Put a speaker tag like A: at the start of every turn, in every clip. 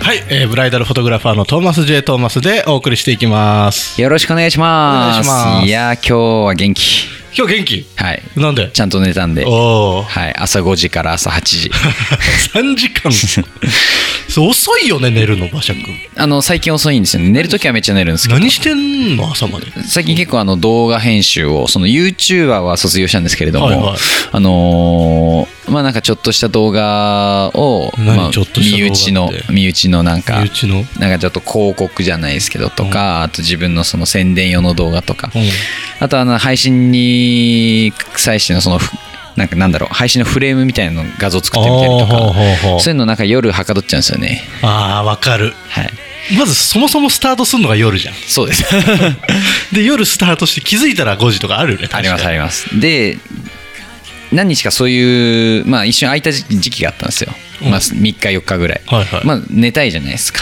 A: はい、えーブライダルフォトグラファーのトーマス J. トーマスでお送りしていきます。
B: よろしくお願いします
A: お願いします
B: やー今日は元気
A: 今日元気
B: はい
A: なんで
B: ちゃんと寝たんで
A: おお。
B: はい朝5時から朝8時
A: 3 時間。そう遅いよね、寝るの、馬車くん。
B: あの最近遅いんですよね寝るときはめっちゃ寝るんですけど
A: 何してんの、朝まで。
B: 最近結構あの動画編集をその YouTuber は卒業したんですけれども、
A: はいはい
B: あのーまあなんかちょっとした動画を、
A: 何
B: まあ、
A: ちょっとした動
B: 身
A: 画って
B: 内の身内のなんか
A: 身内の
B: なんかちょっと広告じゃないですけどとか、あと自分のその宣伝用の動画とか、
A: うん
B: あとあの配信に際してのそのふなんかなんだろう配信のフレームみたいなの画像作ってみたりと
A: あーほう
B: か
A: ほうほう
B: そういうのなんか夜はかどっちゃうんですよね
A: ああ、わかる。
B: はい
A: まず、そもそもスタートするのが夜 じゃん。
B: そう です
A: で、夜スタートして、気づいたら5時とかあるよね。確か
B: あ
A: に
B: りますありますで何日かそういうまあ一瞬空いた時時期があったんですよ、
A: うん
B: まあ、3日4日ぐらい、
A: はいはい
B: まあ寝たいじゃないですか、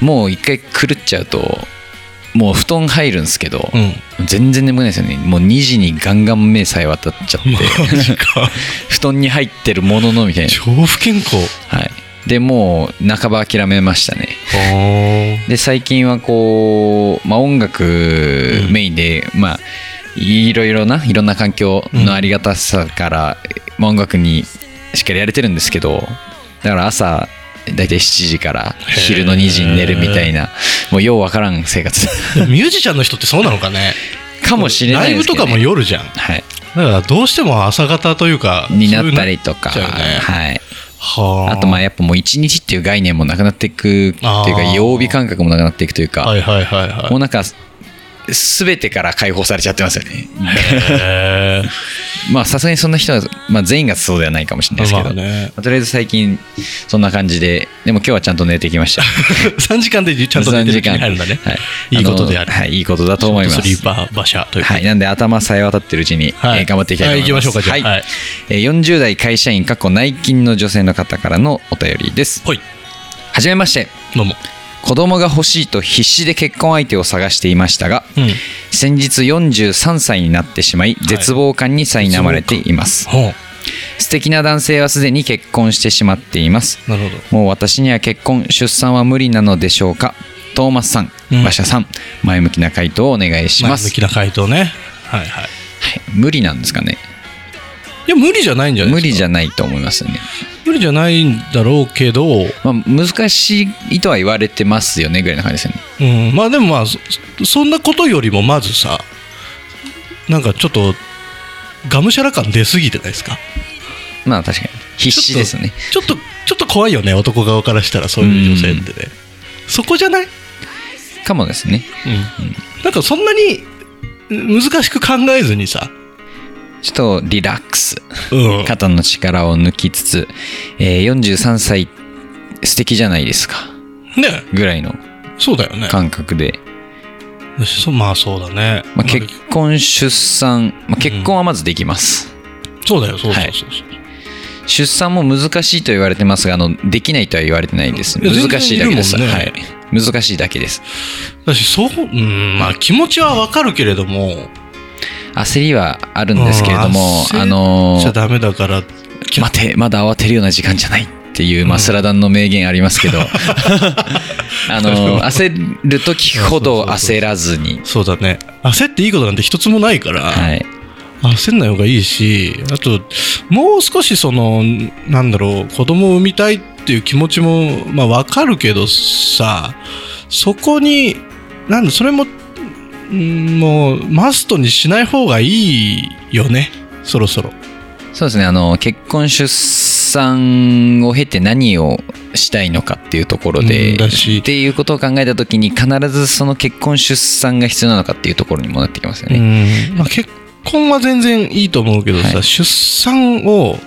B: もう一回狂っちゃうともう布団入るんですけど、全然眠くないですよねもう2時にガンガン目さえ渡っちゃって
A: うん。マジか。
B: 布団に入ってるもののみたいな
A: 超不健康。
B: はいでもう半ば諦めましたね
A: お
B: で最近はこう、まあ、音楽メインで、まあいろいろないろんな環境のありがたさから、まあ、音楽にしっかりやれてるんですけどだから朝大体7時から昼の2時に寝るみたいなもうようわからん生 活
A: ミュージシャンの人ってそうなのかね。
B: かもしれない
A: ライ
B: で
A: ブ
B: すけ
A: と
B: ど、
A: か
B: ね、
A: も夜じゃん。
B: はい、
A: だからどうしても朝方というか
B: になったりとか、
A: そういうのになっちゃうよね
B: はい、
A: は
B: あとまあやっぱもう一日っていう概念もなくなっていくっていう
A: あ
B: か
A: ー
B: 曜日感覚もなくなっていくというか、
A: はいはいはい
B: も
A: は
B: うなんか全てから解放されちゃってますよね。
A: いへー
B: まあさすがにそんな人は、まあ、全員がそうではないかもしれないですけど、
A: まあね
B: まあとりあえず最近そんな感じででも今日はちゃんと寝てきま した。
A: 3時間でちゃんと寝てる気に入るんだ ね
B: はい、
A: いいことである
B: のはい、いいことだと思いま
A: スリー
B: す。
A: パー馬車というか
B: はい、なんで頭さえ渡ってるうちに、
A: はい
B: えー頑張っていきたいと思います。
A: はい行きましょうかじゃあ
B: はい
A: はい
B: えー40代会社員過去内勤の女性の方からのお便りです。
A: ほい
B: はじめまして。
A: どうも
B: 子供が欲しいと必死で結婚相手を探していましたが、
A: うん
B: 先日43歳になってしまい絶望感に苛まれています、
A: ほ
B: 素敵な男性はすでに結婚してしまっています
A: うなるほど
B: もう私には結婚出産は無理なのでしょうかトーマスさん
A: うん
B: 馬車さん、前向きな回答をお願いしま
A: 前
B: す
A: 向きな回答ねはいはい
B: はい無理なんですかね
A: いや無理じゃないんじゃない
B: 無理じ
A: ゃ
B: ゃないと思いますよね、
A: 無理じゃないんだろうけど、
B: まあ、難しいとは言われてますよねぐらいな感じですよね
A: うん、まあでもまあそそんなことよりもまずさなんかちょっとがむしゃら感出すぎてないですか
B: まあ確かに必死ですね
A: ちょっとちょっと怖いよね男側からしたらそういう女性ってね、そこじゃない、
B: かもですね
A: なんかそんなにうん難しく考えずにさ、
B: ちょっとリラックス
A: うん
B: 肩の力を抜きつつ、えー43歳素敵じゃないですか
A: ね
B: ぐらいの
A: そうだよね
B: 感覚で、
A: そまあそうだね、
B: まあ、
A: まあ
B: 結婚出産、まあ、結婚はまずできます、
A: そうだよそうそう
B: はい
A: そうそう、
B: 出産も難しいと言われてますがあのできないとは言われてないです
A: いや全然
B: 難しいだけです、
A: いるもん
B: は
A: ね
B: い、難しいだけです
A: だしそううんまあ気持ちはわかるけれども
B: 焦りはあるんですけれども
A: うん焦っ
B: あの
A: じゃ
B: ー
A: ダメだから
B: 待てまだ慌てるような時間じゃないっていう、まあ、スラダンの名言ありますけ ど あのー焦る時ほど焦らずに
A: そうだね焦っていいことなんて一つもないから、
B: はい
A: 焦んない方がいいしあともう少しそのなんだろう子供を産みたいっていう気持ちもまあわかるけどさそこになんだそれもんもうマストにしない方がいいよねそろそろ
B: そうですねあの結婚出産を経て何をしたいのかっていうところで、
A: うんだし
B: っていうことを考えた時に必ずその結婚出産が必要なのかっていうところにもなってきますよね、
A: うんまあ、結婚は全然いいと思うけどさ、
B: はい
A: 出産を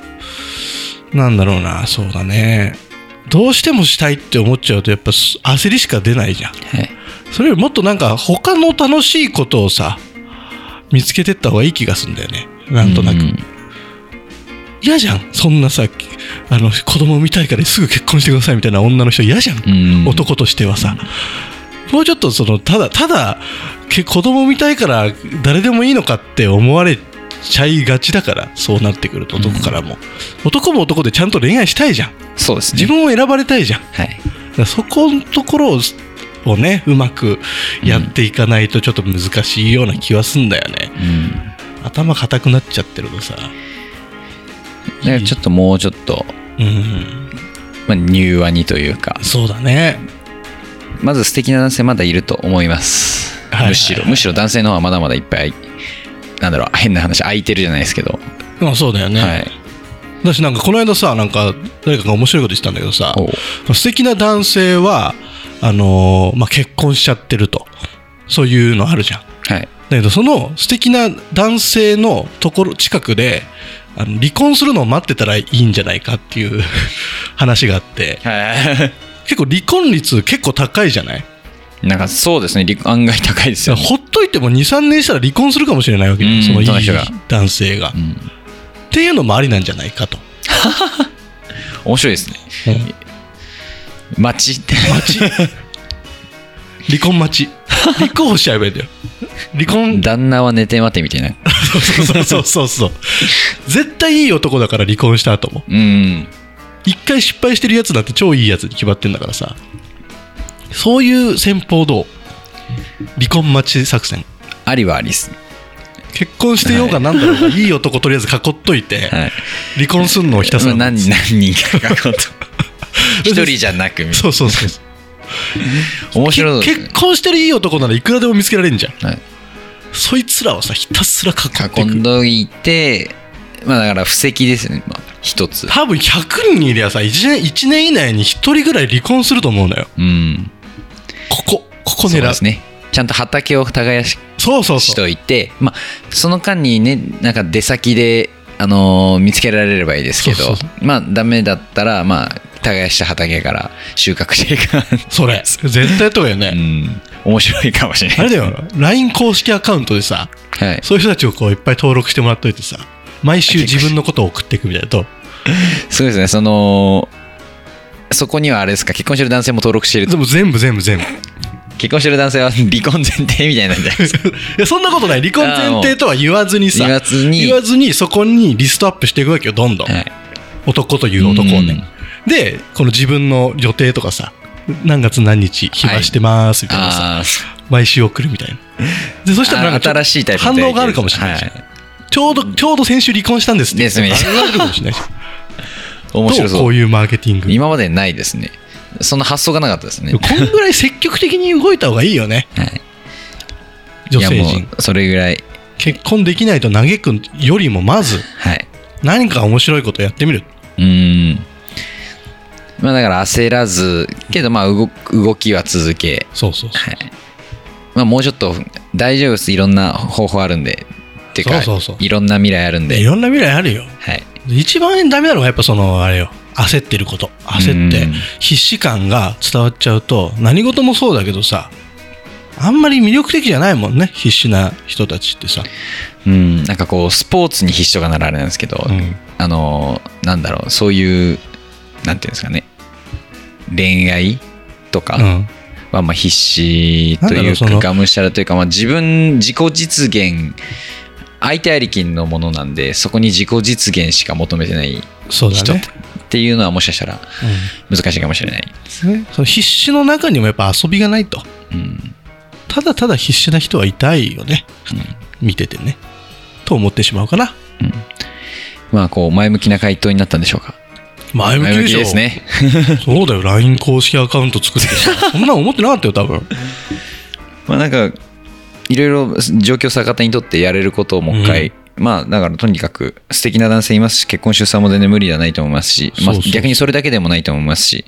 A: なんだろうなそうだねどうしてもしたいって思っちゃうとやっぱす焦りしか出ないじゃん
B: はい
A: それよりもっとなんか他の楽しいことをさ見つけてった方がいい気がするんだよねなんとな
B: う
A: く、
B: ん
A: 嫌じゃんそんなさあの子供産みたいからすぐ結婚してくださいみたいな女の人嫌じゃん、
B: うん
A: 男としてはさ、もうちょっとそのただただけ子供産みたいから誰でもいいのかって思われちゃいがちだからそうなってくると男からも、男も男でちゃんと恋愛したいじゃん
B: そうですね
A: 自分を選ばれたいじゃん
B: はい
A: だからそこのところををねうまくやっていかないとちょっと難しいような気はすんだよね、
B: うん
A: 頭固くなっちゃってるとさ
B: だからちょっともうちょっと、
A: うん
B: まあ、柔和にというか
A: そうだね
B: まず素敵な男性まだいると思います、
A: はい
B: むしろむしろ男性の方はまだまだいっぱいなんだろう変な話空いてるじゃないですけど、
A: まあそうだよね、
B: はい
A: だしなんかこの間さなんか誰かが面白いこと言ってたんだけどさ
B: おう
A: 素敵な男性はあのーまあ、結婚しちゃってるとそういうのあるじゃん
B: はい
A: だけどその素敵な男性のところ近くであの離婚するのを待ってたらいいんじゃないかっていう 話があって
B: は
A: 結構離婚率結構高いじゃない
B: いなんかそうですねり案外高いですよ、ね
A: ほっといても23年したら離婚するかもしれないわけ
B: う
A: よ
B: ん
A: そのいい
B: その人が
A: 男性が、
B: う
A: っ
B: ん、
A: ていうのもありなんじゃないかと、
B: 面白いですね
A: うん
B: 街って
A: 待ち離婚待ち立候補しちゃえばいいんだよ離 婚
B: 旦那は寝て待てみたいな
A: そうそうそうそうそう絶対いい男だから離婚した後も
B: うん
A: 一回失敗してるやつだって超いいやつに決まってんだからさそういう戦法どう離婚待ち作戦
B: ありはありです、
A: 結婚してようがなんだろうが、い、い男とりあえず囲っといて、
B: はい、
A: 離婚すんのをひたす
B: ま
A: ら
B: あ何何人かが こうと一人じゃなくみたい
A: そうそうそう
B: な面白い、
A: け結婚してるいい男ならいくらでも見つけられんじゃん
B: はい
A: そいつらをさひたすら囲って
B: 囲ん
A: く
B: どいて、まあだから布石ですね、まあ、一つ。
A: 多分100人いりゃさ1年 ,1 年以内に1人ぐらい離婚すると思うのよ
B: うん。
A: ここここ
B: そ
A: 狙
B: う
A: う
B: ですね。ちゃんと畑を耕し
A: そうそう
B: し
A: そう
B: といて、まあその間にね、なんか出先で、あのー見つけられればいいですけど、
A: そうそう
B: まあダメだったら、まあ耕した畑から収穫していかない。
A: それ絶対とやね、
B: うん。面白いかもしれない。
A: あれだよ LINE 公式アカウントでさ
B: はい。
A: そういう人たちをこういっぱい登録してもらっといてさ毎週自分のことを送っていくみたいなと
B: そうですね、その、そこにはあれですか、結婚してる男性も登録してる
A: で。も全部全部全部い
B: 結婚してる男 性は離婚前提みたいなんじゃないですか。
A: やそんなことない離婚前提とは言わずにさ
B: 言わずに
A: 言わずにそこにリストアップしていくわけよどんどん、
B: はい。
A: 男という男をね、でこの自分の予定とかさ何月何日暇してますみたいなさ、
B: ああー、
A: 毎週送るみたいなでそしたらなんかちょ
B: 新しいタイプ
A: 反応があるかもしれないじゃん、
B: は
A: ちょうどちょうど先週離婚したんですって
B: ですね
A: 反応があるかもしれないし
B: 面白
A: どう
B: そ
A: こ
B: う
A: ういうマーケティング
B: 今までないですねそんな発想がなかったですね
A: こんぐらい積極的に動いた方がいいよね、
B: はい
A: 女
B: い
A: 性
B: やも
A: 陣
B: うそれぐらい
A: 結婚できないと嘆くよりもまず
B: はい
A: 何か面白いことやってみる
B: うーんまあだから焦らずけどまあ動く動きは続け
A: そうそうそ
B: は
A: う
B: いまあもうちょっと大丈夫ですいろんな方法あるんでっていうか
A: そうそうそう
B: いろんな未来あるん
A: でい
B: で
A: ろんな未来あるよ
B: はい
A: 一番ダメなのがやっぱそのあれよ焦ってること焦って
B: うん
A: 必死感が伝わっちゃうと何事もそうだけどさあんまり魅力的じゃないもんね必死な人たちってさ、
B: うんなんかこうスポーツに必死とかならあれなんですけど、
A: うん
B: あのーなんだろうそういうなんていうんですかね恋愛とか、
A: うん
B: はまあ必死と
A: なんだ
B: い
A: ろう
B: う
A: そ
B: か
A: の
B: がむしゃらというか、まあ、自分自己実現相手ありきのものなんでそこに自己実現しか求めてないっ
A: そうだね、
B: ていうのはもしかしたら難しいかもしれない、
A: うんねその必死の中にもやっぱ遊びがないと
B: うん、
A: ただただ必死な人は痛いよね、見ててねと思ってしまうかな
B: まあこう前向きな回答になったんでしょうか
A: 前向き
B: 前
A: で
B: 向
A: し
B: き
A: ょ
B: ですね
A: そうだよ LINE 公式アカウント作ってさそんな思ってなかったよ多 分
B: まあなんかいろいろ状況逆手にとってやれることをもう一回、まあだからとにかく素敵な男性いますし結婚出産も全然無理じゃないと思いますし、まあ
A: そうそう
B: 逆にそれだけでもないと思いますし、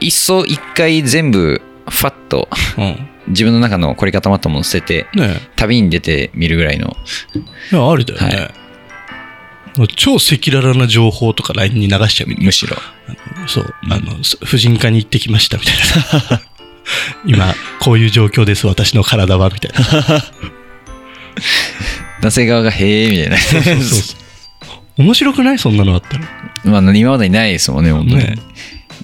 B: いっそ一回全部ファッと
A: うん、
B: 自分の中の凝り固まったものを捨てて
A: ね
B: 旅に出てみるぐらいの
A: えいやありだよね、
B: はい
A: 超赤裸々な情報とか LINE に流しちゃうみたい
B: むしろ
A: な。そう。あの、そ婦人科に行ってきましたみたいな さ。今、こういう状況です、私の体は、みたい な。
B: 男性側がへえみたいな
A: そうそうそう面白くないそんなのあったら。
B: まあ、今までにないですもんね、本当に。
A: ね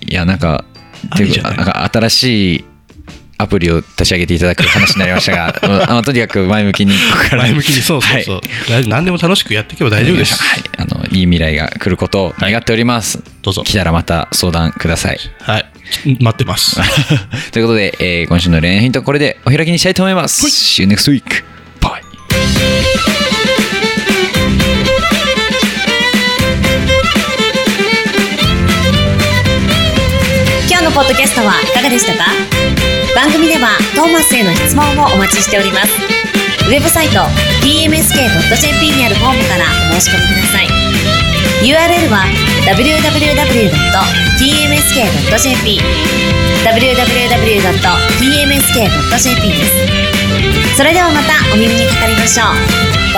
B: いや、なんか、
A: ありじゃない
B: ていうかなんか新しいアプリを立ち上げていただく話になりました が、うんあのとにかく前向きに、ここから
A: 前向き に、そうそうそう。大何でも楽しくやっていけば大丈夫です。
B: はい、あのいい未来が来ることを願っております。
A: どうぞ
B: 来たらまた相談ください。
A: はい。待っ てます。
B: ということで、えー今週の恋愛ヒント、これでお開きにしたいと思います。See you next week. Bye.
C: 「今日のポッドキャストはいかがでしたか番組ではトーマスへの質問もお待ちしておりますウェブサイト tmsk.jp にあるフォームからお申し込みください URL は www.tmsk.jp www.tmsk.jp ですそれではまたお耳にかかりましょう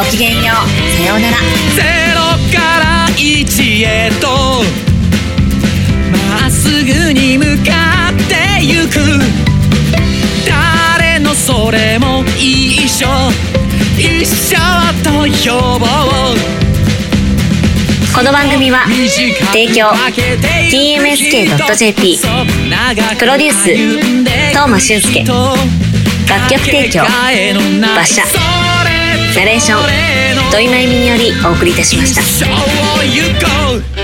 C: ごきげんようさようなら
D: ゼロから一へとまっすぐに向かってゆく誰のそれも一緒一緒と呼ぼう
C: この番組は提供 TMSK.jp プロデュース東間俊介楽曲提供馬車ナレーション土井真由美によりお送りいたしました
D: 一生を行こう